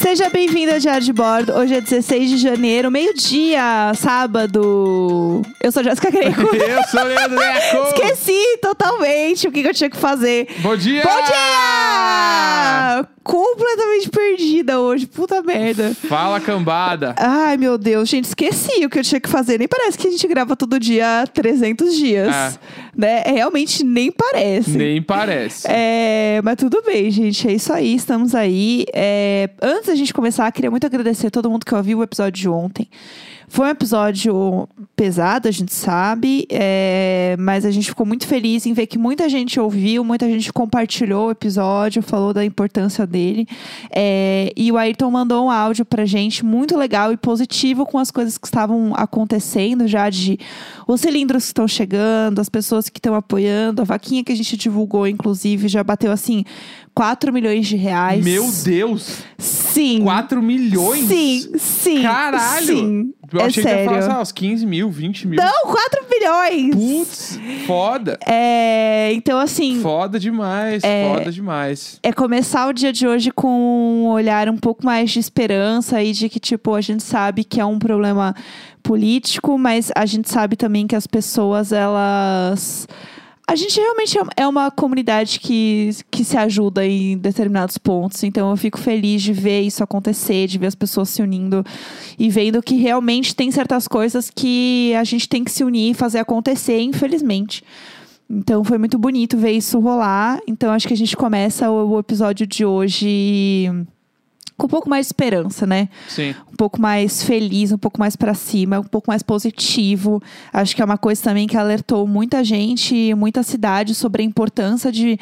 Seja bem-vindo ao Diário de Bordo. Hoje é 16 de janeiro, meio-dia, sábado. Eu sou Jéssica Greco. Eu sou o Leandro Neco. Esqueci totalmente o que que eu tinha que fazer. Bom dia! Bom dia! Completamente perdida hoje, puta merda. Fala, cambada. Ai, meu Deus, gente, esqueci o que eu tinha que fazer. Nem parece que a gente grava todo dia 300 dias. É. Né? Realmente nem parece. Nem parece. É, mas tudo bem, gente. É isso aí, estamos aí. É, antes da gente começar, queria muito agradecer a todo mundo que ouviu o episódio de ontem. Foi um episódio pesado, a gente sabe, é, mas a gente ficou muito feliz em ver que muita gente ouviu, muita gente compartilhou o episódio, falou da importância dele. É, e o Ayrton mandou um áudio pra gente muito legal e positivo com as coisas que estavam acontecendo já de os cilindros que estão chegando, as pessoas que estão apoiando, a vaquinha que a gente divulgou, inclusive, já bateu assim 4 milhões de reais. Meu Deus! Sim. 4 milhões? Sim, sim. Caralho! Sim. Eu é achei que sério. ia falar sei lá, uns 15 mil, 20 mil. Não, 4 bilhões! Putz, foda. É, então, assim, Foda demais, É. foda demais. é começar o dia de hoje com um olhar um pouco mais de esperança e de que, tipo, a gente sabe que é um problema político, mas a gente sabe também que as pessoas, elas. A gente realmente é- é uma comunidade que, que se ajuda em determinados pontos. Então eu fico feliz de ver isso acontecer, de ver as pessoas se unindo e vendo que realmente tem certas coisas que a gente tem que se unir e fazer acontecer, infelizmente. Então foi muito bonito ver isso rolar. Então acho que a gente começa o, o episódio de hoje com um pouco mais de esperança, né? Sim. Um pouco mais feliz, um pouco mais pra cima, um pouco mais positivo. Acho que é uma coisa também que alertou muita gente, muitas cidades sobre a importância de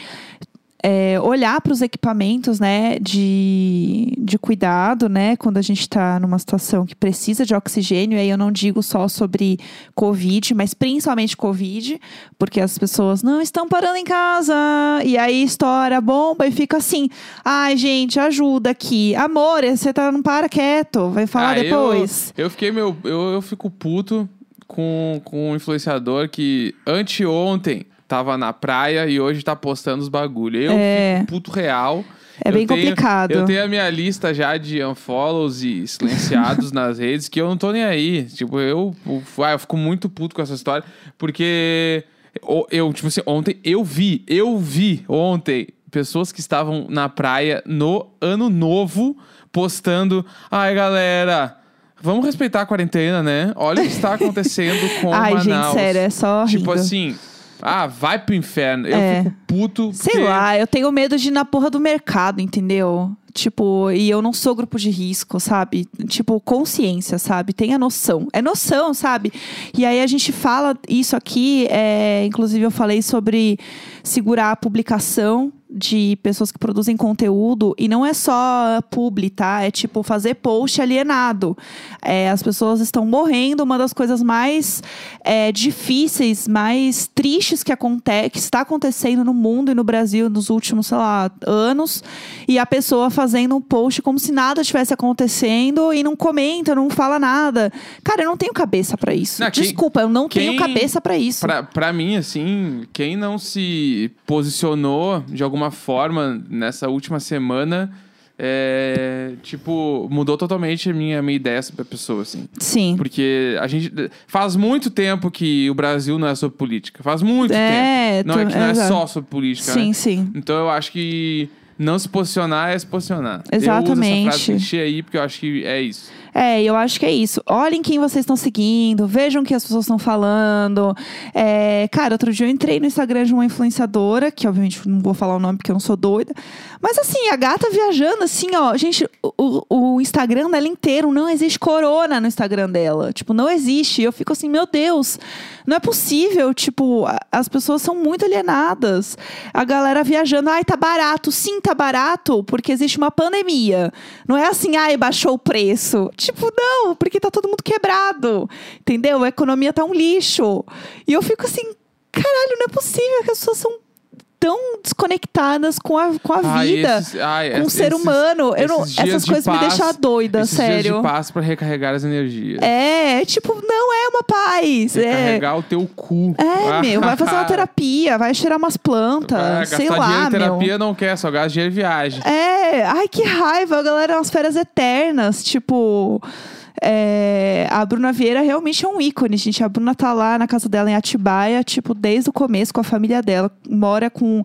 é, olhar para os equipamentos, né, de, de cuidado, né, quando a gente está numa situação que precisa de oxigênio, e aí eu não digo só sobre Covid, mas principalmente Covid, porque as pessoas não estão parando em casa, e aí estoura a bomba e fica assim, ai gente, ajuda aqui, amor, você tá, não para quieto, vai falar Ah, eu- depois. Eu fiquei, meu. Eu, eu fico puto com, com um influenciador que anteontem tava na praia e hoje tá postando os bagulho. Eu É. fico puto real. É eu bem tenho- complicado. Eu tenho a minha lista já de unfollows e silenciados nas redes que eu não tô nem aí. Tipo, eu, eu, ah, eu fico muito puto com essa história, porque o- eu, tipo assim, ontem eu vi, eu vi ontem pessoas que estavam na praia no ano novo postando: ai galera, vamos respeitar a quarentena, né? Olha o que está acontecendo com Ai, Manaus. gente, sério, é só Tipo rindo. assim, ah, vai pro inferno. Eu É. fico puto. Sei porque- lá, eu tenho medo de ir na porra do mercado, entendeu? Tipo, e eu não sou grupo de risco, sabe? Tipo, consciência, sabe? Tenha noção. É noção, sabe? E aí a gente fala isso aqui, é, inclusive eu falei sobre segurar a publicação de pessoas que produzem conteúdo e não é só publi, tá? É tipo fazer post alienado. É, as pessoas estão morrendo, uma das coisas mais é, difíceis, mais tristes que, aconte que está acontecendo no mundo e no Brasil nos últimos, sei lá, anos. E a pessoa fazendo um post como se nada tivesse acontecendo e não comenta, não fala nada. Cara, eu não tenho cabeça pra isso. Não, quem- Desculpa, eu não tenho quem- cabeça pra isso. Pra, pra mim, assim, quem não se posicionou de alguma forma nessa última semana, é, tipo, mudou totalmente a minha, a minha ideia sobre a pessoa, assim. Sim. Porque a gente. Faz muito tempo que o Brasil não é sobre política. Faz muito É, tempo. Não é tu- que não é, exato. só sobre política, né? Sim, sim. Então eu acho que não se posicionar é se posicionar. Eu uso essa Exatamente. frase clichê aí, porque eu acho que é isso. É, eu acho que é isso. Olhem quem vocês estão seguindo, vejam o que as pessoas estão falando. É, cara, outro dia eu entrei no Instagram de uma influenciadora, que obviamente não vou falar o nome porque eu não sou doida. Mas assim, a gata viajando, assim, ó. Gente, o, o- o Instagram dela inteiro não existe corona no Instagram dela. Tipo, não existe. E eu fico assim, meu Deus, não é possível. Tipo, a- as pessoas são muito alienadas. A galera viajando, ai, tá barato. Sim, tá barato, porque existe uma pandemia. Não é assim, ai, baixou o preço. Tipo, não, porque tá todo mundo quebrado. Entendeu? A economia tá um lixo. E eu fico assim, caralho, não é possível que as pessoas são tão desconectadas com a, com a Ai, vida, esses- ai, com o Ah, esses- ser humano. Eu não, esses dias essas de coisas me paz- deixam doida, esses Dias de sério. paz pra recarregar as energias. É, é tipo, não é uma paz. É, Recarregar o teu cu. é meu, vai fazer uma terapia, vai cheirar umas plantas, Vai sei gastar dinheiro lá, em meu. terapia não quer, só gasta dinheiro em viagem. É, ai que raiva, galera, umas férias eternas, tipo... é, a Bruna Vieira realmente é um ícone, gente. A Bruna tá lá na casa dela em Atibaia, tipo, desde o começo com a família dela. Mora com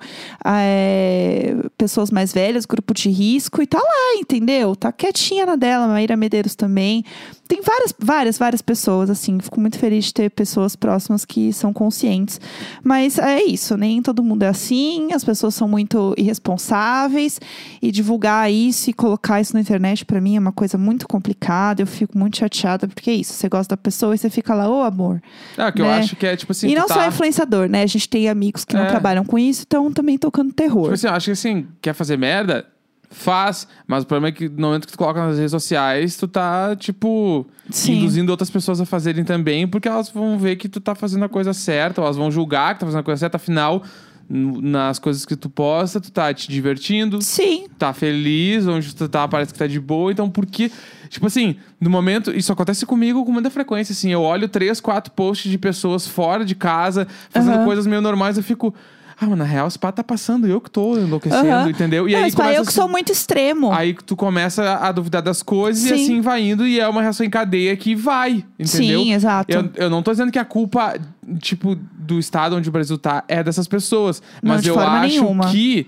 é, pessoas mais velhas, grupo de risco, e tá lá, entendeu? Tá quietinha na dela, Maíra Medeiros também. Tem várias, várias, várias pessoas, assim. Fico muito feliz de ter pessoas próximas que são conscientes. Mas é isso, nem todo mundo é assim, as pessoas são muito irresponsáveis. E divulgar isso e colocar isso na internet, pra mim, é uma coisa muito complicada. Eu fico muito chateada, porque é isso. Você gosta da pessoa e você fica lá, ô amor. É, que eu Né? acho que é tipo assim. e tu não tá... só influenciador, né? A gente tem amigos que não É. trabalham com isso, então também tocando Tipo terror. assim, eu acho que assim, quer fazer merda? Faz, mas o problema é que no momento que tu coloca nas redes sociais, tu tá, tipo, Sim. induzindo outras pessoas a fazerem também, porque elas vão ver que tu tá fazendo a coisa certa, ou elas vão julgar que tá fazendo a coisa certa, afinal, n- nas coisas que tu posta, tu tá te divertindo, Sim, tá feliz, onde tu tá, parece que tá de boa. Então, por que. Tipo assim, no momento, isso acontece comigo com muita frequência, assim. Eu olho três, quatro posts de pessoas fora de casa, fazendo Aham. coisas meio normais, eu fico. Ah, mano, na real, esse pá tá passando, eu que tô enlouquecendo, Aham. entendeu? E Não, aí mas pra começa eu que a- sou muito extremo. Aí tu começa a duvidar das coisas e Sim. assim vai indo, e é uma reação em cadeia que vai, entendeu? Sim, exato. Eu, eu não tô dizendo que a culpa, tipo, do estado onde o Brasil tá é dessas pessoas. Não, Mas de eu forma acho nenhuma. que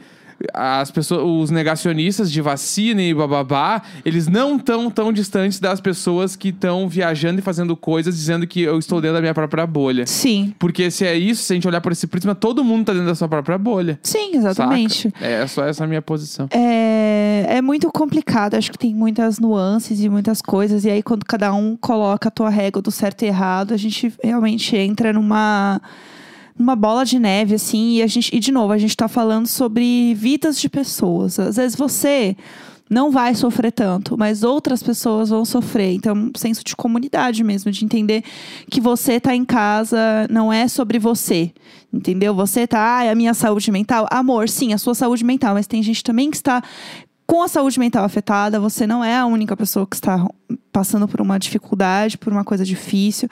as pessoas, os negacionistas de vacina e bababá, eles não estão tão distantes das pessoas que estão viajando e fazendo coisas dizendo que eu estou dentro da minha própria bolha. Sim. Porque se é isso, se a gente olhar por esse prisma, todo mundo tá dentro da sua própria bolha. Sim, exatamente. Saca? É só essa a minha posição. É, é muito complicado, acho que tem muitas nuances e muitas coisas, e aí quando cada um coloca a tua régua do certo e errado, a gente realmente entra numa, numa bola de neve, assim, e, a gente, e de novo, a gente tá falando sobre vidas de pessoas. Às vezes você não vai sofrer tanto, mas outras pessoas vão sofrer. Então, um senso de comunidade mesmo, de entender que você tá em casa não é sobre você, entendeu? Você tá, ai, a minha saúde mental. Amor, sim, a sua saúde mental, mas tem gente também que está com a saúde mental afetada, você não é a única pessoa que está passando por uma dificuldade, por uma coisa difícil.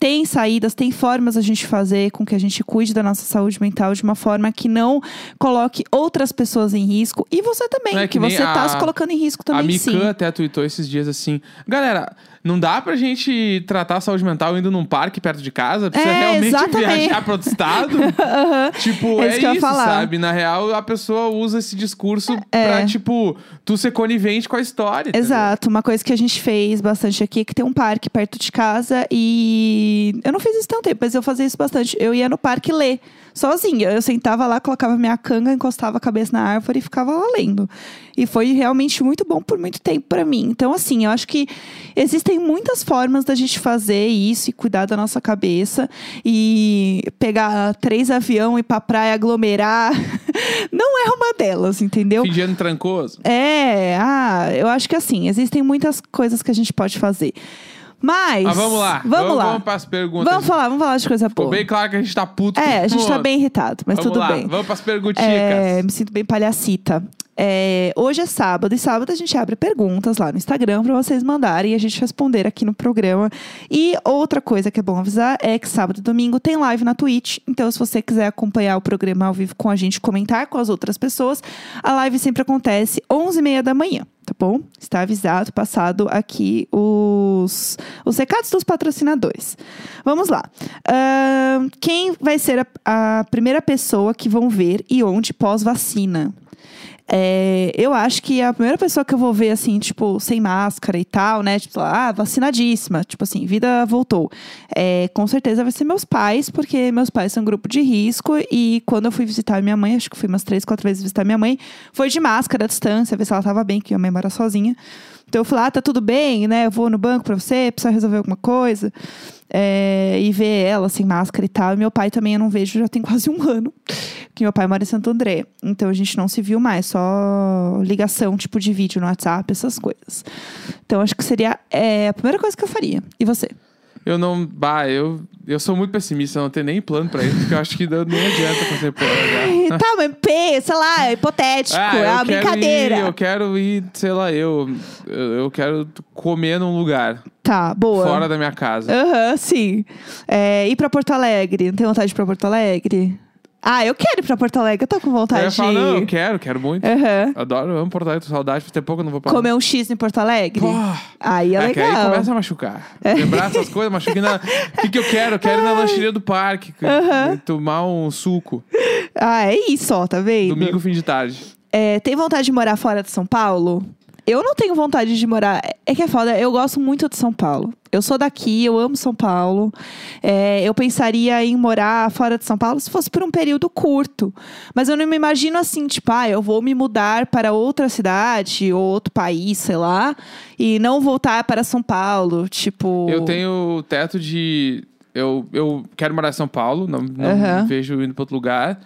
Tem saídas, tem formas a gente fazer com que a gente cuide da nossa saúde mental de uma forma que não coloque outras pessoas em risco. E você também, Não é que, que nem você tá a- se colocando em risco também, a Mikan sim. até tweetou esses dias assim: Galera, não dá pra gente tratar a saúde mental indo num parque perto de casa? Precisa É, realmente exatamente. viajar pro outro estado? Aham. tipo, É é, isso que eu ia isso, falar. É. sabe? Na real, a pessoa usa esse discurso pra, tipo, tu ser conivente com a história. entendeu? Exato, uma coisa que a gente fez bastante aqui é que tem um parque perto de casa e eu não fiz isso tanto tempo, mas eu fazia isso bastante. Eu ia no parque ler sozinha. Eu sentava lá, colocava minha canga, encostava a cabeça na árvore e ficava lá lendo. E foi realmente muito bom por muito tempo pra mim. Então assim, eu acho que existem muitas formas da gente fazer isso e cuidar da nossa cabeça e pegar três avião e ir pra praia aglomerar. não é uma delas, entendeu? Fim de ano trancoso. É, ah, eu acho que assim, existem muitas coisas que a gente pode fazer. Mas. Mas Ah, vamos lá. É Vamos, lá. Vamos pras perguntas. Vamos falar, vamos falar de coisa Ficou boa. bem claro que a gente tá puto. É, com a gente tá tudo. bem irritado, mas Vamos tudo lá. bem. Vamos pras perguntinhas. É, me sinto bem palhacita. É, hoje é sábado e sábado a gente abre perguntas lá no Instagram pra vocês mandarem e a gente responder aqui no programa. E outra coisa que é bom avisar é que sábado e domingo tem live na Twitch. Então, se você quiser acompanhar o programa ao vivo com a gente, comentar com as outras pessoas, a live sempre acontece 11h30 da manhã. Tá bom? Está avisado, passado aqui os, os recados dos patrocinadores. Vamos lá. Ahn, quem vai ser a, a primeira pessoa que vão ver e onde pós-vacina? É, eu acho que a primeira pessoa que eu vou ver, assim, tipo, sem máscara e tal, né? Tipo, ah, vacinadíssima. Tipo assim, vida voltou. É, com certeza vai ser meus pais, porque meus pais são um grupo de risco. E quando eu fui visitar minha mãe, acho que fui umas três, quatro vezes visitar minha mãe, foi de máscara à distância, ver se ela tava bem, que minha mãe mora sozinha. Então eu falei, ah, tá tudo bem, né? Eu vou no banco pra você, precisa resolver alguma coisa. É, e ver ela sem máscara e tal. E meu pai também eu não vejo já tem quase um ano. Que meu pai mora em Santo André. Então a gente não se viu mais, só ligação, tipo de vídeo no WhatsApp, essas coisas. Então acho que seria é, a primeira coisa que eu faria. E você? Eu não. Bah, eu, eu sou muito pessimista, eu não tenho nem plano pra isso, porque eu acho que não não adianta fazer plano já. Ai, Tá, mas pensa lá, é hipotético, Ah, é eu uma quero brincadeira. ir- eu quero ir, sei lá, eu. Eu eu quero comer num lugar, Tá, boa. fora da minha casa. Aham, sim. É, ir pra Porto Alegre. Não tem vontade de ir pra Porto Alegre? Ah, eu quero ir pra Porto Alegre. Eu tô com vontade eu ia falar, de não, eu ir. quero, quero muito. Aham. Adoro, eu amo Porto Alegre, tô saudade, faz tempo que eu não vou pra lá. Comer um X em Porto Alegre? Pô, Aí é que aí legal. É. começa a machucar. Lembrar essas coisas, machuca. na- O que, que eu quero? Eu quero ir na lancheria do parque. c- Tomar um suco. Ah, é isso, ó, tá vendo? Domingo, fim de tarde. É, tem vontade de morar fora de São Paulo? Eu não tenho vontade de morar. É que é foda, eu gosto muito de São Paulo. Eu sou daqui, eu amo São Paulo. É, eu pensaria em morar fora de São Paulo se fosse por um período curto. Mas eu não me imagino assim, tipo, ah, eu vou me mudar para outra cidade ou outro país, sei lá, e não voltar para São Paulo. Tipo. Eu tenho o teto de. Eu, eu quero morar em São Paulo, não, não Aham. vejo indo pra outro lugar.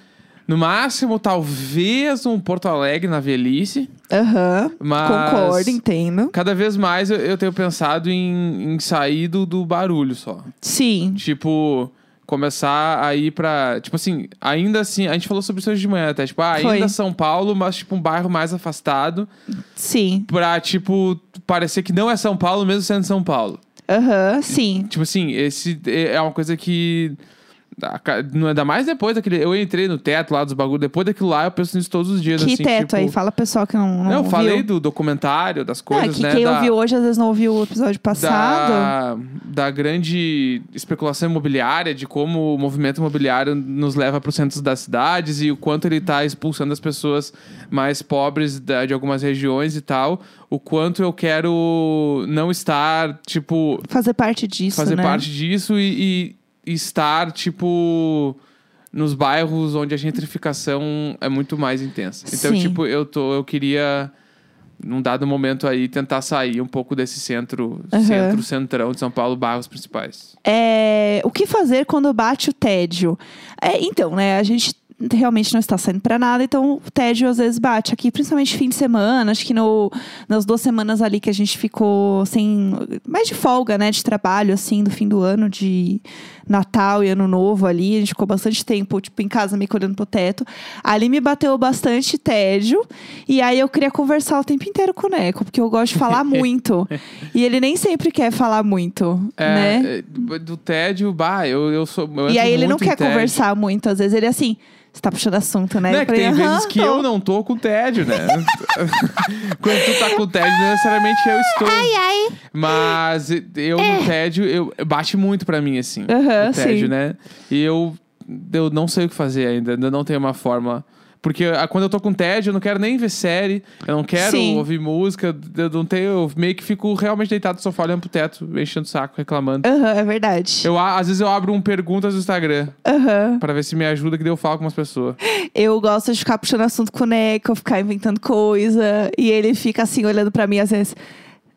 No máximo, talvez um Porto Alegre na velhice. Aham. Mas. Concordo, então. entendo. Cada vez mais eu, eu tenho pensado em, em sair do, do barulho só. Sim. Tipo, começar a ir pra. Tipo assim, ainda assim, a gente falou sobre isso hoje de manhã até. Tipo, ah, ainda Foi. São Paulo, mas tipo um bairro mais afastado. Sim. Pra, tipo, parecer que não é São Paulo, mesmo sendo São Paulo. Aham, sim. Tipo assim, esse é é uma coisa que. a ca- Não ainda mais depois daquele. Eu entrei no teto lá dos bagulhos, depois daquilo lá eu penso nisso todos os dias. Que assim, teto tipo- aí? Fala pro pessoal que não. Não, Não, eu viu. falei do documentário, das coisas, não, é que né? quem da- ouviu hoje às vezes não ouviu o episódio passado. da, da grande especulação imobiliária, de como o movimento imobiliário nos leva para os centros das cidades e o quanto ele está expulsando as pessoas mais pobres da- de algumas regiões e tal. O quanto eu quero não estar, tipo, Fazer parte disso, fazer né? parte disso e, e estar, tipo, nos bairros onde a gentrificação é muito mais intensa. Então, Sim. tipo, eu tô, eu queria num dado momento aí tentar sair um pouco desse centro, Aham. centro centrão de São Paulo, bairros principais. É, o que fazer quando bate o tédio? É, então, né, a gente realmente não está saindo para nada, então o tédio às vezes bate aqui, principalmente fim de semana, acho que no, nas duas semanas ali que a gente ficou sem mais de folga, né, de trabalho assim, do fim do ano de Natal e Ano Novo ali, a gente ficou bastante tempo tipo em casa me olhando pro teto. Ali me bateu bastante tédio e aí eu queria conversar o tempo inteiro com o Neco, porque eu gosto de falar muito. E ele nem sempre quer falar muito, É, né? é, do tédio, bah, eu, eu sou. eu E entro aí ele não muito em quer tédio. conversar muito. Às vezes ele é assim, você tá puxando assunto, né? Não, é Eu que falei, tem vezes "Aham, que tô." eu não tô com tédio, né? Quando tu tá com tédio, não necessariamente eu estou. ai. Mas eu no tédio, eu, bate muito pra mim, assim. É. Aham, o tédio, sim. né? E eu, eu não sei o que fazer ainda, ainda não tenho uma fórmula. Porque ah, quando eu tô com tédio, eu não quero nem ver série, eu não quero Sim. ouvir música, eu não tenho. Eu meio que fico realmente deitado no sofá olhando pro teto, enchendo o saco, reclamando. Aham, é verdade. Eu, a- às vezes eu abro um perguntas no Instagram Aham. pra ver se me ajuda, que daí eu falo com umas pessoas. Eu gosto de ficar puxando assunto com o Neco, ficar inventando coisa. E ele fica assim, olhando pra mim às vezes.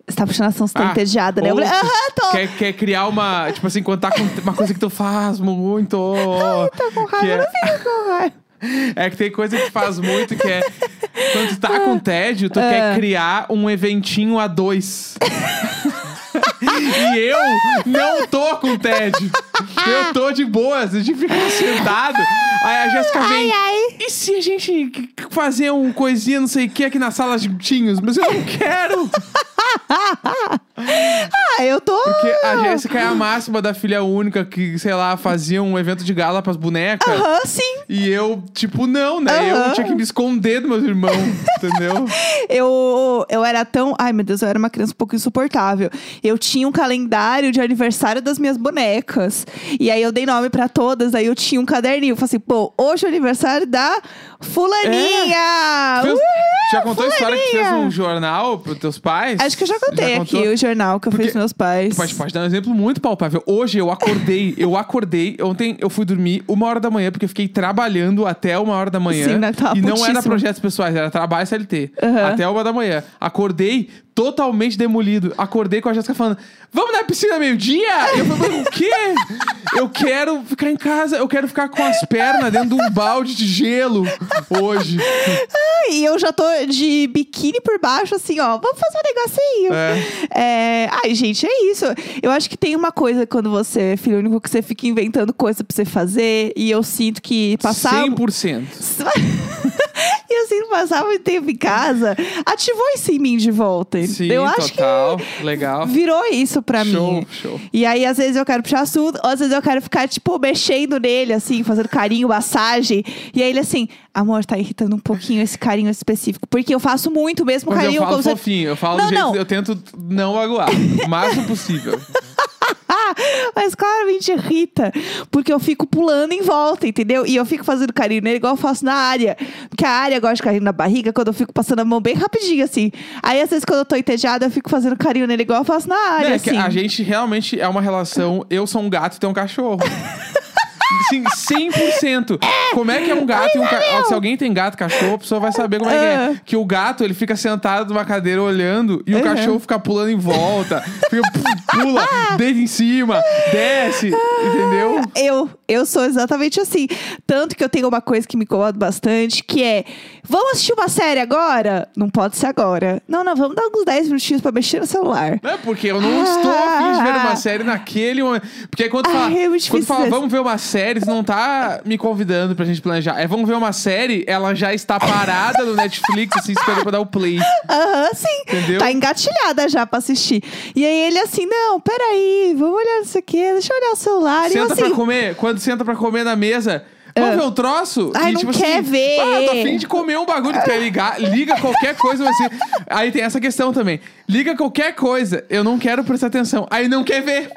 Você tá puxando assunto, você tá Ah, entediada, né? Eu ou falei, aham, tô. Quer, quer criar uma. Tipo assim, quando tá com uma coisa que tu faz muito. Tô com raiva, que é- não sei o que eu raiva. É que tem coisa que faz muito que é. Quando tu tá com tédio, tu Ah. quer criar um eventinho a dois. e eu não tô com tédio. Eu tô de boas, de ficar sentado. Aí a Jéssica vem. ai. E se a gente fazer um coisinha, não sei o que, aqui na sala de tinhos? Mas eu não quero! Ah, eu tô. Porque a Jéssica é a máxima da filha única que, sei lá, fazia um evento de gala pras bonecas. Aham, sim. E eu, tipo, não, né? Aham. Eu tinha que me esconder dos meus irmãos, entendeu? Eu, eu era tão. Ai, meu Deus, eu era uma criança um pouco insuportável. Eu tinha um calendário de aniversário das minhas bonecas. E aí eu dei nome pra todas, aí eu tinha um caderninho. Eu falei assim, pô, hoje é o aniversário da Fulaninha! É. Fez- Uhul! já contou a história que tu fez fulaninha! um jornal pros teus pais? Acho que eu já contei contou? aqui o jornal que eu fiz Porque- pros meus pais. Pode, pode dar um exemplo muito palpável. Hoje eu acordei, eu acordei. Ontem eu fui dormir uma hora da manhã, porque eu fiquei trabalhando até uma hora da manhã. Sim, né? Tava e não era putíssima. projetos pessoais, era trabalho CLT. Aham. Até uma da manhã. Acordei totalmente demolido. Acordei com a Jéssica falando: Vamos na piscina meio-dia? Eu falei: O quê? Eu quero ficar em casa, eu quero ficar com as pernas dentro de um balde de gelo. Hoje. E eu já tô de biquíni por baixo, assim, ó. Vamos fazer um negocinho. É. É, ai, gente, é isso. Eu acho que tem uma coisa quando você é filho único que você fica inventando coisa pra você fazer. E eu sinto que passar. 100%. e eu sinto que passar muito tempo em casa. Ativou isso em mim de volta. Sim, eu acho total. Legal. que virou isso pra show, mim. show. E aí, às vezes eu quero puxar assunto, ou às vezes eu quero ficar, tipo, mexendo nele, assim, fazendo carinho, massagem. E aí ele assim, amor, tá irritando um pouquinho esse carinho específico. Porque eu faço muito mesmo Mas carinho eu falo como se- fofinho, eu falo Não, do jeito não. eu tento não magoar. O máximo possível. Ah, mas claramente irrita. Porque eu fico pulando em volta, entendeu? E eu fico fazendo carinho nele igual eu faço na área. Porque a área gosta de carinho na barriga quando eu fico passando a mão bem rapidinho, assim. Aí, às vezes, quando eu tô entediada, eu fico fazendo carinho nele igual eu faço na área, Não, é que assim. a gente realmente é uma relação. Eu sou um gato e tem um cachorro. Sim, 100%. Como é que é um gato e um cachorro? Se alguém tem gato e cachorro, a pessoa vai saber como é que Ah. é. Que o gato, ele fica sentado numa cadeira olhando e o Uhum. cachorro fica pulando em volta. Fica, pu- pula, deita em cima, desce, entendeu? Eu, eu sou exatamente assim. Tanto que eu tenho uma coisa que me incomoda bastante, que é: vamos assistir uma série agora? Não pode ser agora. Não, não, vamos dar uns 10 minutinhos pra mexer no celular. Não é porque eu não estou afim de ver uma série naquele momento. Porque aí quando Ah, fala, é muito quando fala difícil. vamos ver uma série, você não tá me convidando pra gente planejar. É vamos ver uma série, ela já está parada no Netflix, assim, esperando pra dar o play. Aham, sim. Entendeu? Tá engatilhada já pra assistir. E aí ele assim: não, peraí, vamos olhar isso aqui, deixa eu olhar o celular. e eu Senta assim. Ah. pra comer, quando senta pra comer na mesa. Vamos ver um troço? Ai, E, não tipo quer assim, ver. Ah, eu tô afim de comer um bagulho. Quer ligar? Liga qualquer coisa. Você... Aí tem essa questão também. Liga qualquer coisa. Eu não quero prestar atenção. Aí não quer ver.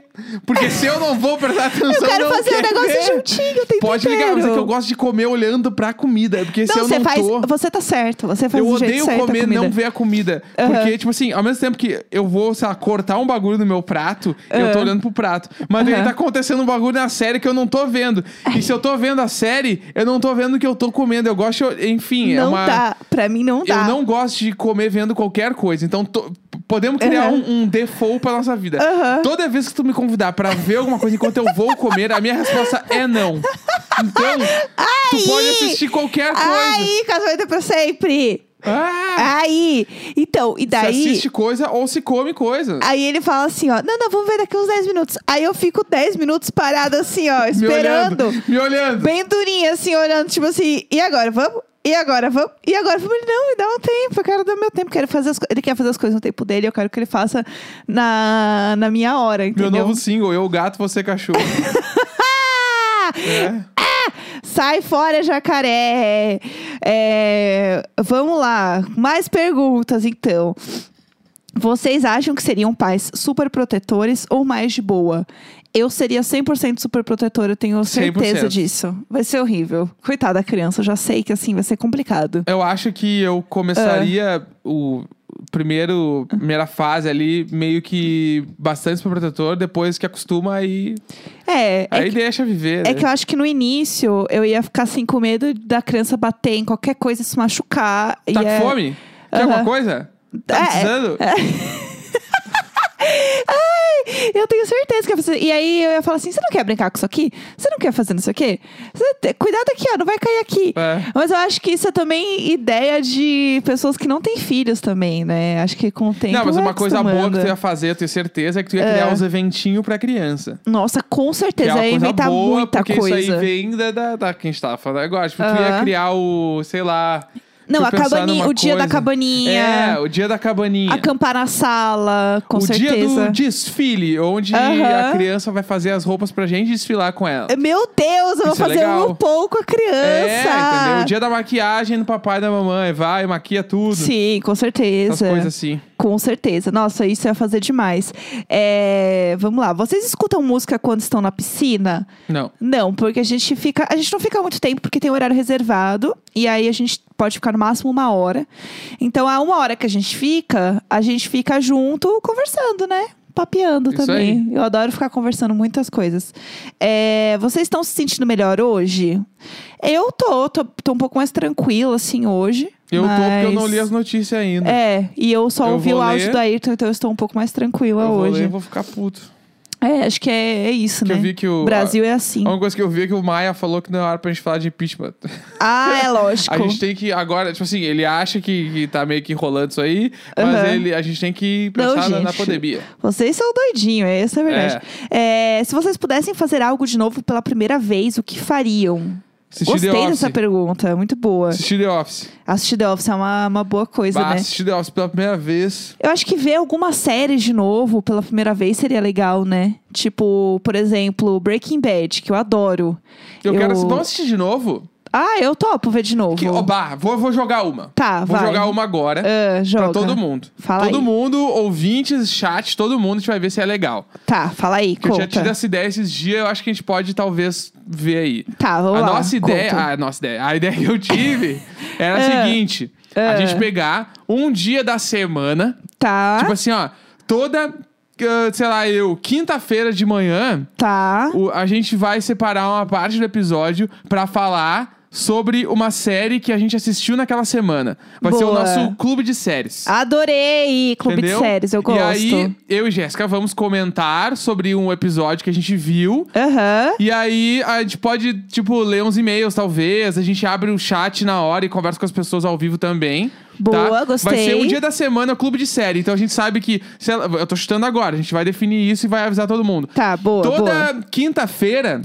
Porque se eu não vou prestar atenção, Eu quero não fazer quer um negócio ver. juntinho, o tempo Pode ligar, inteiro. mas é que eu gosto de comer olhando pra comida. é Porque se eu você não faz. tô... Você tá certo. Você faz Eu do jeito odeio certo a comer, comida. não ver a comida. Aham. Porque, tipo assim, ao mesmo tempo que eu vou, sei lá, cortar um bagulho no meu prato, eu tô olhando pro prato. Mas daí Aham. tá acontecendo um bagulho na série que eu não tô vendo. E se eu tô vendo a série, eu não tô vendo o que eu tô comendo. Eu gosto, eu- enfim, é Não uma. dá. Pra mim não Eu dá. não gosto de comer vendo qualquer coisa. Então, to- podemos criar Aham. um, um default pra nossa vida. Aham. Toda vez que tu me convidar pra ver alguma coisa enquanto eu vou comer, a minha resposta é não. Então, tu pode assistir qualquer coisa. Aí, casamento é pra sempre. Ah! Aí, então, e daí. Se assiste coisa ou se come coisa. Aí ele fala assim, ó, não, não, vamos ver daqui uns 10 minutos. Aí eu fico 10 minutos parada assim, ó, me esperando. olhando. Me olhando. bem durinha, assim, olhando, tipo assim, e agora, vamos? E agora, vamos? E agora, vamos? Ele, não, me dá um tempo, eu quero dar meu tempo, quero fazer as co- Ele quer fazer as coisas no tempo dele, eu quero que ele faça na, na minha hora, Meu entendeu? novo single, eu gato, você cachorro. é. Sai fora, jacaré! É, vamos lá, mais perguntas então. Vocês acham que seriam pais super protetores ou mais de boa? Eu seria 100% super protetora, eu tenho certeza 100%. disso. Vai ser horrível. Coitada da criança, eu já sei que assim vai ser complicado. Eu acho que eu começaria o primeiro, primeira fase ali, meio que bastante super protetor, depois que acostuma aí, É, é aí deixa viver. É né? que eu acho que no início eu ia ficar assim com medo da criança bater em qualquer coisa e se machucar. e Tá é- com fome? Quer Aham. alguma coisa? Tá É, precisando? Eu tenho certeza que eu ia fazer. E aí eu ia falar assim: você não quer brincar com isso aqui? Você não quer fazer não sei o quê? Você te- Cuidado aqui, ó, não vai cair aqui. É. Mas eu acho que isso é também ideia de pessoas que não têm filhos também, né? Acho que com o tempo. Não, mas vai uma coisa boa que acostumando. tu ia fazer, eu tenho certeza, é que tu ia É. criar uns eventinhos pra criança. Nossa, com Que é certeza. uma Ia coisa inventar boa, muita porque coisa. isso aí vem da, da, da que a gente tava falando agora. Tipo, tu ia Aham. criar o, sei lá... não, deixa a eu pensar cabaninha, numa o dia da coisa. cabaninha. É, o dia da cabaninha. Acampar na sala, com o certeza. dia do desfile, onde Aham. a criança vai fazer as roupas pra gente desfilar com ela. É, Meu Deus, eu vou Isso é fazer legal. um pouco a É, criança. entendeu? O dia da maquiagem do papai e da mamãe. Vai, maquia tudo. Sim, é. com Essas certeza. coisas assim. Com certeza. Nossa, isso ia fazer demais. É, vamos lá. Vocês escutam música quando estão na piscina? Não. Não, porque a gente fica. A gente não fica muito tempo porque tem um horário reservado. E aí a gente pode ficar no máximo uma hora. Então, a uma hora que a gente fica, a gente fica junto conversando, né? Papeando Isso também. Eu adoro ficar conversando muitas coisas. É, vocês estão se sentindo melhor hoje? Eu tô, tô, tô um pouco mais tranquila, assim, hoje. Eu tô porque eu não mas- li as notícias ainda. É, e eu só Eu ouvi vou o ler. áudio da Ayrton, então eu estou um pouco mais tranquila eu vou hoje. ler, vou ficar puto. É, acho que é, é isso, Que né? eu vi que o. Brasil é assim. A única coisa que eu vi é que o Maia falou que não era pra gente falar de impeachment. Ah, é lógico. A gente tem que agora, tipo assim, ele acha que, que tá meio que enrolando isso aí, mas Aham. ele, a gente tem que pensar na, na gente. pandemia. Vocês são doidinhos, essa é a verdade. É, se vocês pudessem fazer algo de novo pela primeira vez, o que fariam? Assistir The Gostei Office. dessa pergunta, muito boa. Assistir The Office. Assistir The Office é uma, uma boa coisa, Bah, né? Assistir The Office pela primeira vez. Eu acho que ver alguma série de novo pela primeira vez seria legal, né? Tipo, por exemplo, Breaking Bad, que eu adoro. Eu, Eu- quero. Vamos assistir de novo? Ah, eu topo ver de novo. Que, ó, bah, vou, vou jogar uma. Tá, vou vai. jogar uma agora. Ah, joga. Pra todo mundo. Fala todo aí. mundo, ouvintes, chat, todo mundo, a gente vai ver se é legal. Tá, fala aí, Porque eu tinha tido conta. essa ideia esses dias, eu acho que a gente pode talvez ver aí. Tá, vamos a lá. nossa ideia, conta. a nossa ideia, a ideia que eu tive era a Ah. seguinte: a Ah. gente pegar um dia da semana, Tá, tipo assim, ó, toda, ah, sei lá, eu, quinta-feira de manhã, tá. assim, o- a gente vai separar uma parte do episódio pra falar sobre uma série que a gente assistiu naquela semana. Vai ser o Boa. nosso clube de séries. Adorei Clube Entendeu? de Séries, eu gosto. E aí, eu e Jéssica vamos comentar sobre um episódio que a gente viu. Aham. E aí, a gente pode, tipo, ler uns e-mails, talvez. A gente abre o chat na hora e conversa com as pessoas ao vivo também. Boa, tá? Vai gostei. ser um dia da semana clube de série. Então a gente sabe que. se ela- eu tô chutando agora, a gente vai definir isso e vai avisar todo mundo. Tá, boa, boa. Toda quinta-feira.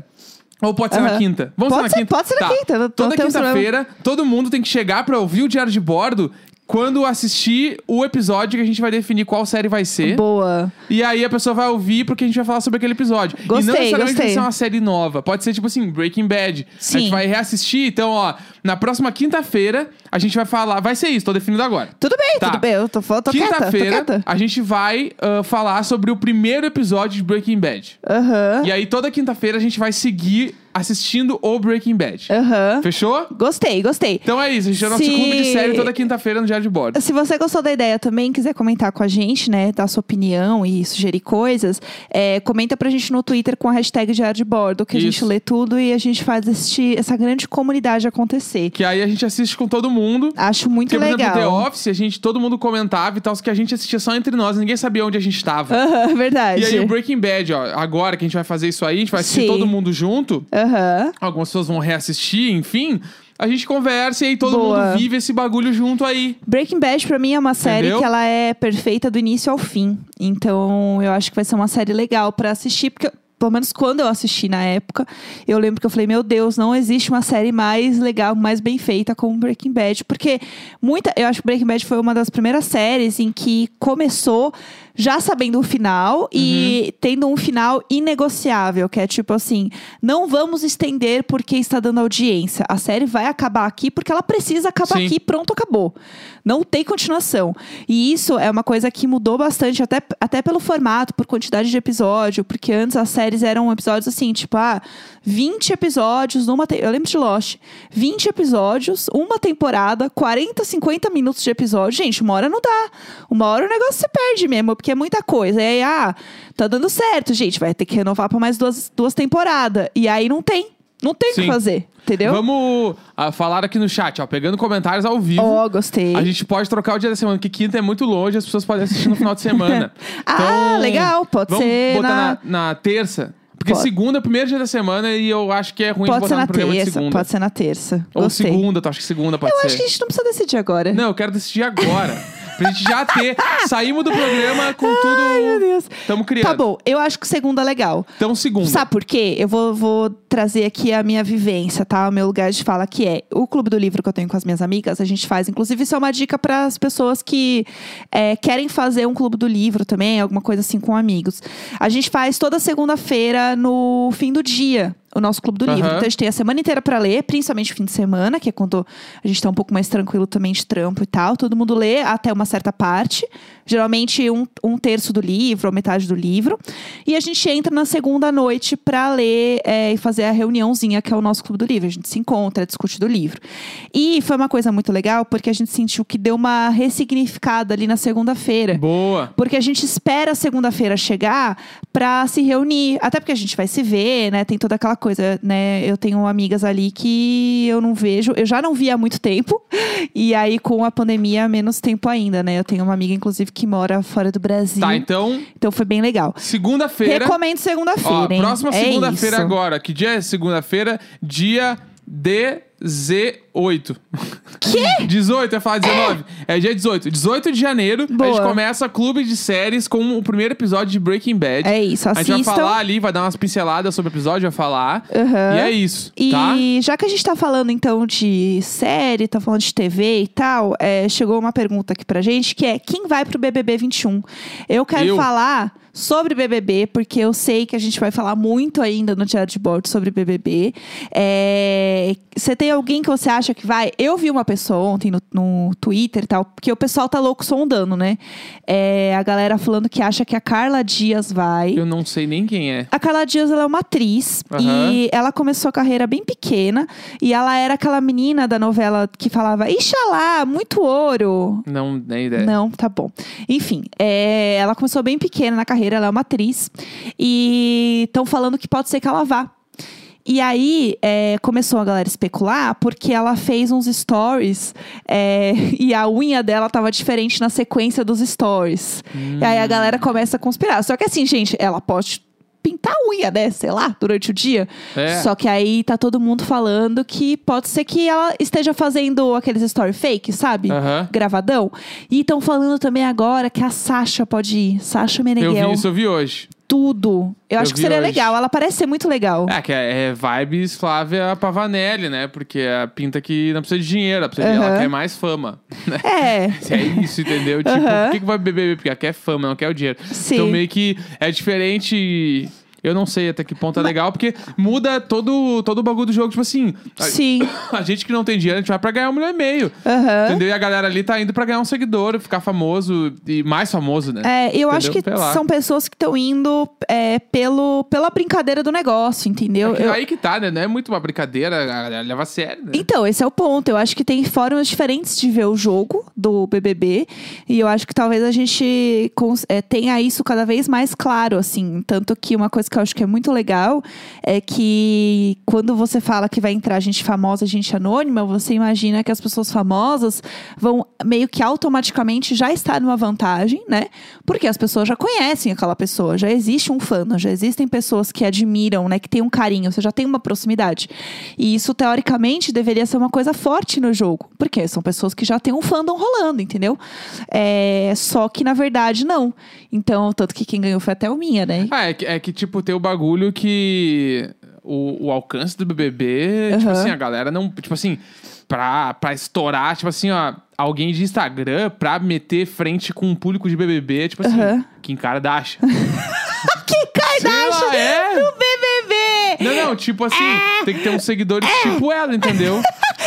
Ou pode ser na Aham. quinta? Vamos Pode ser na ser- quinta. pode ser na Tá. quinta, não- não Toda temos quinta-feira, todo mundo tem que chegar pra ouvir o diário de bordo quando assistir o episódio que a gente vai definir qual série vai ser. Boa. E aí a pessoa vai ouvir porque a gente vai falar sobre aquele episódio. e não Gostei, necessariamente vai gostei. ser uma série nova. Pode ser tipo assim, Breaking Bad. A Sim. gente vai reassistir. Então, ó, na próxima quinta-feira a gente vai falar. Vai ser isso, tô definindo agora. Tudo bem, Tá. tudo bem. Eu tô, tô quieta, tô Quinta-feira quieta. a gente vai ah, falar sobre o primeiro episódio de Breaking Bad. Aham, E aí toda quinta-feira a gente vai seguir assistindo o Breaking Bad. Ah. aham. Fechou? Gostei, gostei. Então é isso, a gente é o nosso Se- clube de série toda quinta-feira no Diário de Bordo. Se você gostou da ideia também, quiser comentar com a gente, né, dar sua opinião e sugerir coisas, é, comenta pra gente no Twitter com a hashtag Diário de Bordo, que a gente Isso. lê tudo e a gente faz este, essa grande comunidade acontecer. Que aí a gente assiste com todo mundo. Acho muito Porque, por legal. exemplo, The Office, a gente, todo mundo comentava e tal, só que a gente assistia só entre nós, ninguém sabia onde a gente tava. Aham, E verdade. aí o Breaking Bad, ó, agora que a gente vai fazer isso aí, a gente vai assistir Ah, Sim. todo mundo junto, Aham. algumas pessoas vão reassistir, enfim, a gente conversa e aí todo Boa. mundo vive esse bagulho junto aí. Breaking Bad, pra mim, é uma série Entendeu? que ela é perfeita do início ao fim. Então, eu acho que vai ser uma série legal pra assistir, porque. Pelo menos quando eu assisti na época, eu lembro que eu falei: Meu Deus, não existe uma série mais legal, mais bem feita como Breaking Bad. Porque muita. Eu acho que Breaking Bad foi uma das primeiras séries em que começou já sabendo o final Uhum. e tendo um final inegociável, que é tipo assim: Não vamos estender porque está dando audiência. A série vai acabar aqui porque ela precisa acabar Sim. aqui e pronto, acabou. Não tem continuação. E isso é uma coisa que mudou bastante, até, até pelo formato, por quantidade de episódio, porque antes as séries eram episódios assim, tipo, ah, 20 episódios numa. Te... Eu lembro de Lost. 20 episódios, uma temporada, 40, 50 minutos de episódio. Gente, uma hora não dá. Uma hora o negócio se perde mesmo, porque é muita coisa. E aí, ah, tá dando certo, gente, vai ter que renovar pra mais duas, duas temporadas. E aí não tem. Não tem o que Sim. fazer, entendeu? Vamos ah, falar aqui no chat, ó, pegando comentários ao vivo. Ó, gostei. A gente pode trocar o dia da semana, porque quinta é muito longe, as pessoas podem assistir no final de semana. Ah, legal, pode Então, vamos ser botar na- na, na terça. Porque Pode. segunda é o primeiro dia da semana e eu acho que é ruim de Pode botar ser no na programa de terça, segunda. pode ser na terça. Ou Gostei. segunda, tu acha que segunda pode Eu ser? acho que a gente não precisa decidir agora. Não, eu quero decidir agora. pra gente já ter. Saímos do programa com tudo. Ai, Meu Deus. Tamo criando. Tá bom, eu acho que segunda é legal. Então, segunda. Sabe por quê? Eu vou, vou trazer aqui a minha vivência, tá? O meu lugar de fala, que é o clube do livro que eu tenho com as minhas amigas. A gente faz, inclusive, isso é uma dica para as pessoas que é, querem fazer um clube do livro também, alguma coisa assim com amigos. A gente faz toda segunda-feira no fim do dia. O nosso clube do Aham. livro. Então a gente tem a semana inteira para ler, principalmente fim de semana, que é quando a gente tá um pouco mais tranquilo também de trampo e tal. Todo mundo lê até uma certa parte, geralmente um, um terço do livro, ou metade do livro. E a gente entra na segunda noite pra ler é, e fazer a reuniãozinha, que é o nosso clube do livro. A gente se encontra, discute do livro. E foi uma coisa muito legal, porque a gente sentiu que deu uma ressignificada ali na segunda-feira. Boa. Porque a gente espera a segunda-feira chegar pra se reunir. Até porque a gente vai se ver, né? Tem toda aquela coisa, né? Eu tenho amigas ali que eu não vejo, eu já não vi há muito tempo, e aí com a pandemia, menos tempo ainda, né? Eu tenho uma amiga, inclusive, que mora fora do Brasil. Tá, então, Então foi bem legal. segunda-feira. Recomendo Ó, segunda-feira, hein? próxima É segunda-feira isso. agora. Que dia é segunda-feira? Dia DZ8. Que? 18, eu ia falar 19. É. dia 18. 18 de janeiro, a gente Boa. começa Clube de Séries com o primeiro episódio de Breaking Bad. É isso, A gente vai assistam. falar ali, vai dar umas pinceladas sobre o episódio, vai falar. Aham. E é isso, E tá? já que a gente tá falando então de série, tá falando de TV e tal, é, chegou uma pergunta aqui pra gente que é: quem vai pro BBB 21? Eu quero Eu. falar sobre BBB, porque eu sei que a gente vai falar muito ainda no Diário de Bordo sobre BBB. É, Você tem alguém que você acha que vai? Eu vi uma pessoa ontem no, no Twitter e tal, porque o pessoal tá louco sondando, né? É, a galera falando que acha que a Carla Dias vai. Eu não sei nem quem é. A Carla Dias ela é uma atriz Aham. e ela começou a carreira bem pequena e ela era aquela menina da novela que falava Ixalá, muito ouro. Não, nem ideia. Não, tá bom. Enfim, é, ela começou bem pequena na carreira, ela é uma atriz e estão falando que pode ser que ela vá. E aí, é, começou a galera especular porque ela fez uns stories é, e a unha dela tava diferente na sequência dos stories. E aí a galera começa a conspirar. Só que assim, gente, ela pode pintar a unha, né? Sei lá, durante o dia. É. Só que aí tá todo mundo falando que pode ser que ela esteja fazendo aqueles story fake, sabe? Aham. Gravadão. E estão falando também agora que a Sasha pode ir. Sasha Eu Meneghel. vi isso, eu vi hoje. Tudo. Eu, Eu acho que vi seria hoje. legal. Ela parece ser muito legal. É, que é, é vibes Flávia Pavanelli, né? Porque a pinta que não precisa de dinheiro, ela, precisa de- ela Aham. quer mais fama. É. É isso, entendeu? Tipo, Aham. por que, que vai beber? Porque ela quer fama, não quer o dinheiro. Sim. Então meio que é diferente. Eu não sei até que ponto é legal, porque muda todo, todo o bagulho do jogo. Tipo assim, a- Sim. a gente que não tem dinheiro, a gente vai pra ganhar um milhão e meio. Aham. Entendeu? E a galera ali tá indo pra ganhar um seguidor, ficar famoso e mais famoso, né? É, eu acho que Entendeu? Sei lá. são pessoas que estão indo é, pelo, pela brincadeira do negócio, entendeu? Que Eu- Aí que tá, né? Não é muito uma brincadeira, a galera leva a sério, né? Então, esse é o ponto. Eu acho que tem formas diferentes de ver o jogo do BBB. E eu acho que talvez a gente cons- eh, tenha isso cada vez mais claro, assim. Tanto que uma coisa que eu acho que é muito legal é que quando você fala que vai entrar gente famosa e gente anônima, você imagina que as pessoas famosas vão meio que automaticamente já estar numa vantagem, né? Porque as pessoas já conhecem aquela pessoa, já existe um fã, já existem pessoas que admiram, né? Que tem um carinho, você já tem uma proximidade. E isso, teoricamente, deveria ser uma coisa forte no jogo. Porque são pessoas que já têm um fandom rolando, entendeu? É, só que, na verdade, não. Então, tanto que quem ganhou foi até o Minha, né? Ah, é que, é que, tipo, tem o bagulho que. O, o alcance do BBB, tipo Aham. assim, a galera não. Tipo assim, pra, pra estourar, tipo assim, ó. Alguém de Instagram pra meter frente com um público de BBB, tipo assim, Aham. Kim Kardashian. Que Kardashian é. do BBB! Não, não, tipo assim, tem que ter uns seguidores tipo ela, entendeu?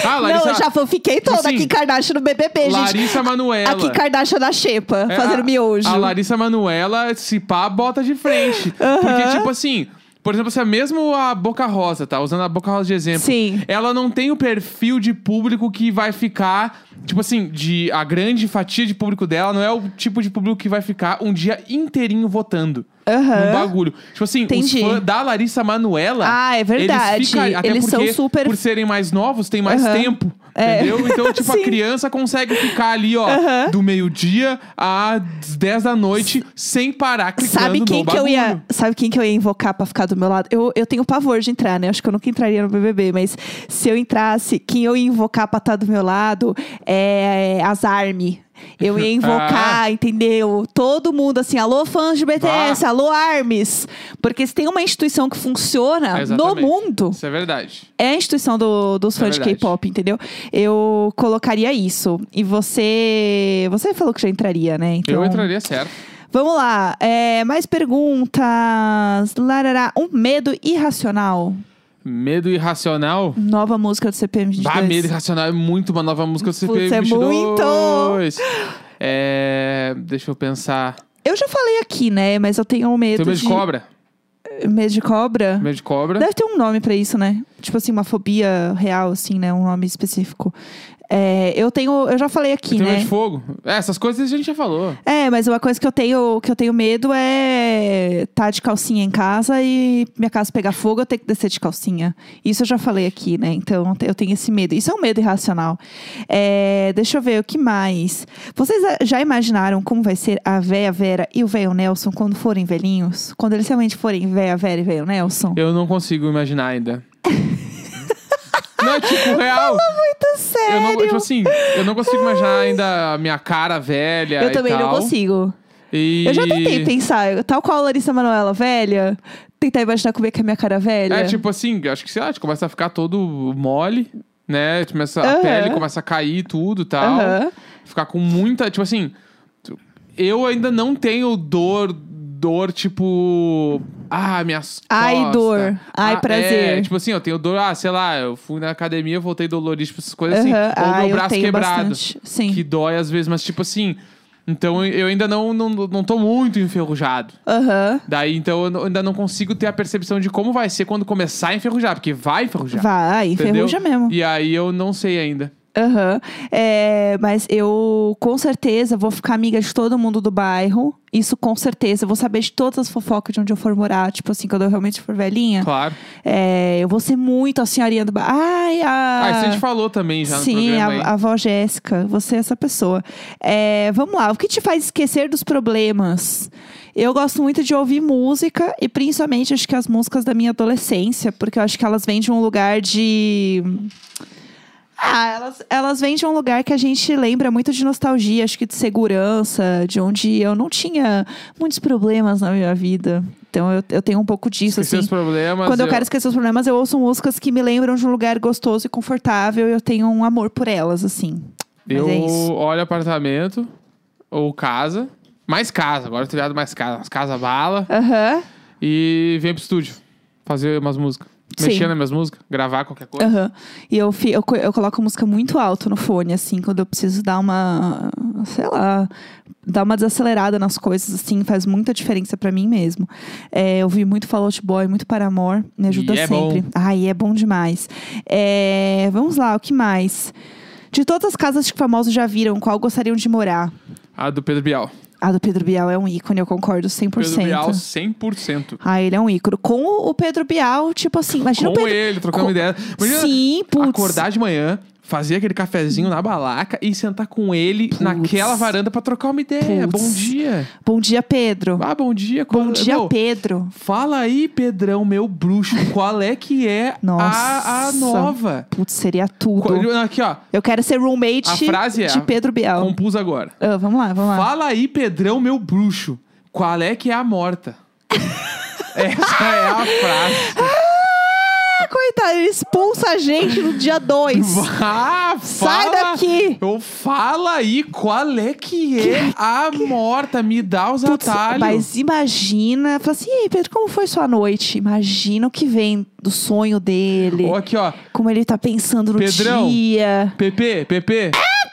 Ah, não, Larissa. eu já fanfiquei toda Assim, a Kim Kardashian no BBB, gente. Larissa A Manuela. Kim Kardashian da Xepa, É, fazendo a- miojo. A Larissa Manuela, se pá, bota de frente. Porque, tipo assim. Por exemplo, se é mesmo a Boca Rosa, tá? Usando a Boca Rosa de exemplo. Sim. Ela não tem o perfil de público que vai ficar. Tipo assim, de a grande fatia de público dela não é o tipo de público que vai ficar um dia inteirinho votando. Aham. No bagulho. Tipo assim, Entendi. os fãs da Larissa Manuela. Ah, é verdade. Eles, ficam- até Eles são porque, super- Por serem mais novos, tem mais Aham. tempo. É. Entendeu? Então, tipo, a Sim. criança consegue ficar ali, ó, do meio-dia às 10 da noite, sem parar clicando Sabe quem no que eu ia, bagulho. sabe quem que eu ia invocar pra ficar do meu lado? Eu, eu tenho pavor de entrar, né? Acho que eu nunca entraria no BBB, mas se eu entrasse, quem eu ia invocar pra estar do meu lado é as Army. Eu ia invocar, Ah. entendeu? Todo mundo assim, alô fãs de BTS, alô Armes. Porque se tem uma instituição que funciona Ah, no Exatamente. mundo, Isso é verdade. é a instituição do- dos Isso é fãs de verdade. K-pop, entendeu? Eu colocaria isso. E você. Você falou que já entraria, né? Então, Eu entraria certo. Vamos lá, é, mais perguntas. Larará, um medo irracional. Medo irracional. Nova música do CPM22. Bah, medo irracional é muito uma nova música do Putz, é CP22. É, deixa eu pensar. Eu já falei aqui, né? Mas eu tenho um medo. Tem medo de cobra? Medo de cobra? Medo de cobra. Deve ter um nome pra isso, né? Tipo assim, uma fobia real, assim, né? Um nome específico. É, eu tenho. Eu já falei aqui, Tem medo né? de fogo. É, essas coisas a gente já falou. É, mas uma coisa que eu tenho que eu tenho medo é é tá de calcinha em casa e minha casa pegar fogo, eu tenho que descer de calcinha. Isso eu já falei aqui, né? Então eu tenho esse medo. Isso é um medo irracional. É, deixa eu ver o que mais. Vocês já imaginaram como vai ser a véia Vera e o véio Nelson quando forem velhinhos? Quando eles realmente forem véia Vera e véio Nelson? Eu não consigo imaginar ainda. não, tipo, real. Muito sério. Eu não, tipo assim, eu não consigo imaginar ainda a minha cara velha. Eu e também não tal. consigo. E- Eu já tentei pensar, eu- tal qual a Larissa Manoela velha, tentar imaginar como é que é a minha cara velha. É tipo assim, acho que sei lá, tu começa a ficar todo mole, né? Tu Começa, A Aham. pele começa a cair tudo e tal. Aham. Ficar com muita. Tipo assim, tu- eu ainda não tenho dor, dor tipo. Ah, minhas Ai, costas. dor. Ai, Ah, prazer. É, tipo assim, eu tenho dor, ah, sei lá, eu fui na academia, voltei dolorido, tipo, essas coisas Aham. assim. Ou Ah, meu eu braço tenho quebrado. bastante. Sim. Que dói às vezes, mas tipo assim. Então eu ainda não, não, não tô muito enferrujado. Aham. Daí, então, eu n- ainda não consigo ter a percepção de como vai ser quando começar a enferrujar, porque vai enferrujar. Vai, entendeu? enferruja mesmo. E aí eu não sei ainda. Aham. É, mas eu com certeza vou ficar amiga de todo mundo do bairro. Isso com certeza. Eu vou saber de todas as fofocas de onde eu for morar. Tipo assim, quando eu realmente for velhinha. Claro. É, eu vou ser muito a senhorinha do bairro. Ai, a. Ah, isso a gente falou também já no Sim, a, programa. aí. a avó Jéssica, você é essa pessoa. É, vamos lá, o que te faz esquecer dos problemas? Eu gosto muito de ouvir música e principalmente acho que as músicas da minha adolescência, porque eu acho que elas vêm de um lugar de. Ah, elas, elas vêm de um lugar que a gente lembra muito de nostalgia, acho que de segurança, de onde eu não tinha muitos problemas na minha vida. Então eu, eu tenho um pouco disso, Esquecer assim. os problemas. Quando eu, quero esquecer os problemas, eu ouço músicas que me lembram de um lugar gostoso e confortável e eu tenho um amor por elas, assim. Mas eu é isso. olho apartamento ou casa. Mais casa, agora eu tô ligado mais casa. As casa bala. Aham, E venho pro estúdio fazer umas músicas. Sim. Mexer nas minhas músicas, gravar qualquer coisa. aham. E eu, fi- eu, co- eu coloco música muito alto no fone, assim, quando eu preciso dar uma. Sei lá. Dar uma desacelerada nas coisas, assim, faz muita diferença pra mim mesmo. É, eu vi muito Fall Out Boy, muito Paramore, me ajuda E é sempre. bom. Ai, é bom demais. É, vamos lá, o que mais? De todas as casas que famosos já viram, qual gostariam de morar? A do Pedro Bial. A do Pedro Bial é um ícone, eu concordo 100%. Pedro Bial, 100%. Ah, ele é um ícone. Com o o Pedro Bial, tipo assim, imagina Com o Pedro... ele, trocando com- ideia. Imagina Sim, putz. acordar de manhã, fazer aquele cafezinho na balaca e sentar com ele naquela varanda pra trocar uma ideia. Putz. Bom dia. Bom dia, Pedro. Ah, bom dia. Bom Qual- dia, Meu, Pedro. Fala aí, Pedrão, meu bruxo, qual é que é a, a Nossa. nova? Putz, seria tudo. Qual- Aqui, ó, Eu quero ser roommate A frase é- de Pedro Bial. compus agora. Ah, vamos lá, vamos lá. Fala aí, Pedrão, meu bruxo, qual é que é a morta? Essa é a frase. Ah, coitado, ele expulsa a gente no dia 2. Ah, Sai fala- daqui. Eu fala aí, qual é que é a morta? Me dá os Putz, atalhos. mas imagina, fala assim, "E aí, Pedro, como foi sua noite? Imagina o que vem do sonho dele, Ó, aqui, ó. como ele tá pensando no Pedrão. dia. Pepe, Pepe,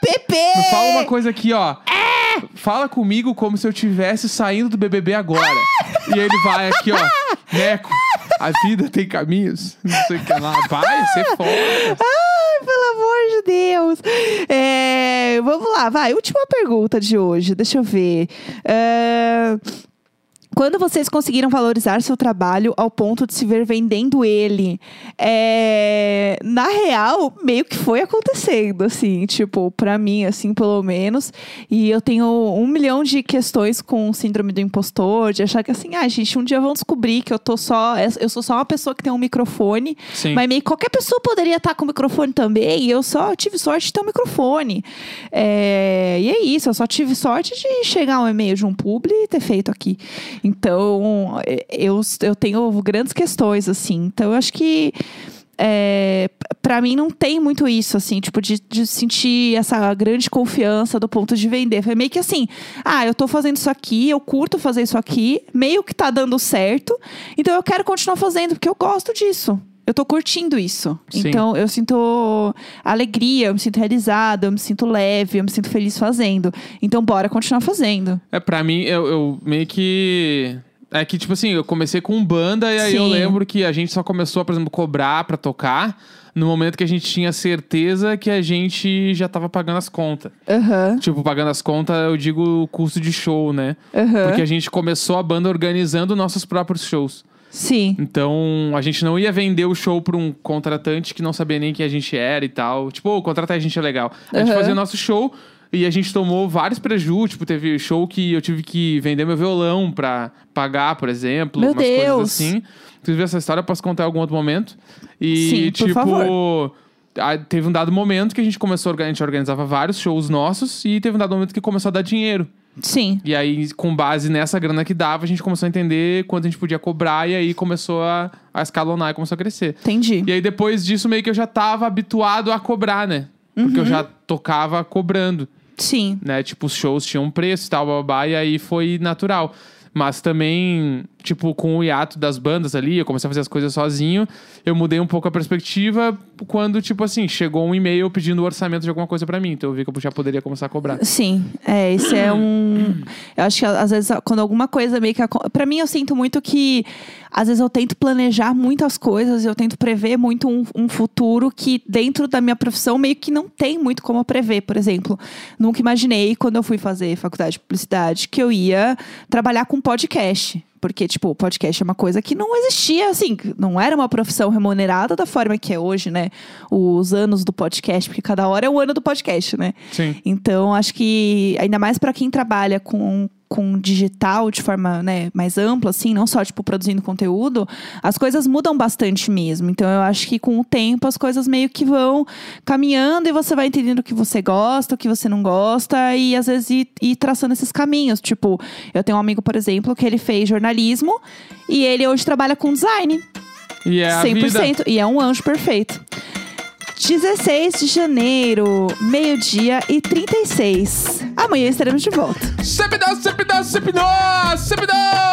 Pepe! me fala uma coisa aqui, ó. É. Fala comigo como se eu tivesse saindo do BBB agora. E ele vai aqui, ó. Neco, a vida tem caminhos. Não sei o que lá. Vai, você é foda. Ai, pelo amor de Deus. É, vamos lá, vai. Última pergunta de hoje. Deixa eu ver. É, quando vocês conseguiram valorizar seu trabalho ao ponto de se ver vendendo ele? É, na real, meio que foi acontecendo, assim, tipo, pra mim, assim, pelo menos. E eu tenho um milhão de questões com síndrome do impostor, de achar que assim, ah, gente, um dia vão descobrir que eu tô só. Eu sou só uma pessoa que tem um microfone Sim. mas meio que qualquer pessoa poderia estar com o microfone também. E eu só tive sorte de ter um microfone. É, e é isso, eu só tive sorte de chegar um e-mail de um publi e ter feito aqui. Então, é, eu, eu tenho grandes questões, assim. Então, eu acho que. É, para mim não tem muito isso, assim, tipo, de, de sentir essa grande confiança do ponto de vender. Foi meio que assim, ah, eu tô fazendo isso aqui, eu curto fazer isso aqui, meio que tá dando certo, então eu quero continuar fazendo, porque eu gosto disso. Eu tô curtindo isso. Sim. Então eu sinto alegria, eu me sinto realizada, eu me sinto leve, eu me sinto feliz fazendo. Então bora continuar fazendo. É, pra mim, eu, eu meio que. É que, tipo assim, eu comecei com banda e aí eu Sim. lembro que a gente só começou a, por exemplo, cobrar pra tocar no momento que a gente tinha certeza que a gente já tava pagando as contas. Aham, Tipo, pagando as contas, eu digo o custo de show, né? aham. Porque a gente começou a banda organizando nossos próprios shows. Sim. Então, a gente não ia vender o show pra um contratante que não sabia nem quem a gente era e tal. Tipo, oh, contratar a gente é legal. A gente Aham. fazia nosso show e a gente tomou vários prejuízos. Tipo, teve show que eu tive que vender meu violão pra pagar, por exemplo. Meu umas Deus! coisas assim. Inclusive, essa história eu posso contar em algum outro momento. E, Sim, por tipo... favor. ah, Teve um dado momento que a gente começou, a orga- a gente organizava vários shows nossos e teve um dado momento que começou a dar dinheiro. Sim. E aí, com base nessa grana que dava, a gente começou a entender quanto a gente podia cobrar e aí começou a, a escalonar e começou a crescer. Entendi. E aí, depois disso, meio que eu já tava habituado a cobrar, né? Porque eu já tocava cobrando, Sim. né? Tipo, os shows tinham um preço e tal, blá, blá, blá, e aí foi natural. Mas também, tipo, com o hiato das bandas ali, eu comecei a fazer as coisas sozinho. Eu mudei um pouco a perspectiva quando, tipo assim, chegou um e-mail pedindo o orçamento de alguma coisa pra mim. Então eu vi que eu já poderia começar a cobrar. Sim, é, esse é um. Eu acho que às vezes quando alguma coisa meio que. acon- Pra mim, eu sinto muito que. Às vezes eu tento planejar muitas coisas, eu tento prever muito um, um futuro que dentro da minha profissão meio que não tem muito como prever. Por exemplo, nunca imaginei quando eu fui fazer faculdade de publicidade que eu ia trabalhar com podcast. Porque, tipo, podcast é uma coisa que não existia, assim, que não era uma profissão remunerada da forma que é hoje, né? Os anos do podcast, porque cada hora é o ano do podcast, né? Sim. Então, acho que ainda mais para quem trabalha com com digital de forma né, mais ampla, assim, não só tipo produzindo conteúdo, as coisas mudam bastante mesmo. Então eu acho que com o tempo as coisas meio que vão caminhando e você vai entendendo o que você gosta, o que você não gosta e às vezes ir, ir traçando esses caminhos. Tipo, eu tenho um amigo, por exemplo, que ele fez jornalismo e ele hoje trabalha com design. E é a vida. 100%. E é um anjo perfeito. 16 de janeiro, meio-dia e 36. Amanhã estaremos de volta. Sempre dá, Oh, sempre dá, sempre dá, sempre dá! oh,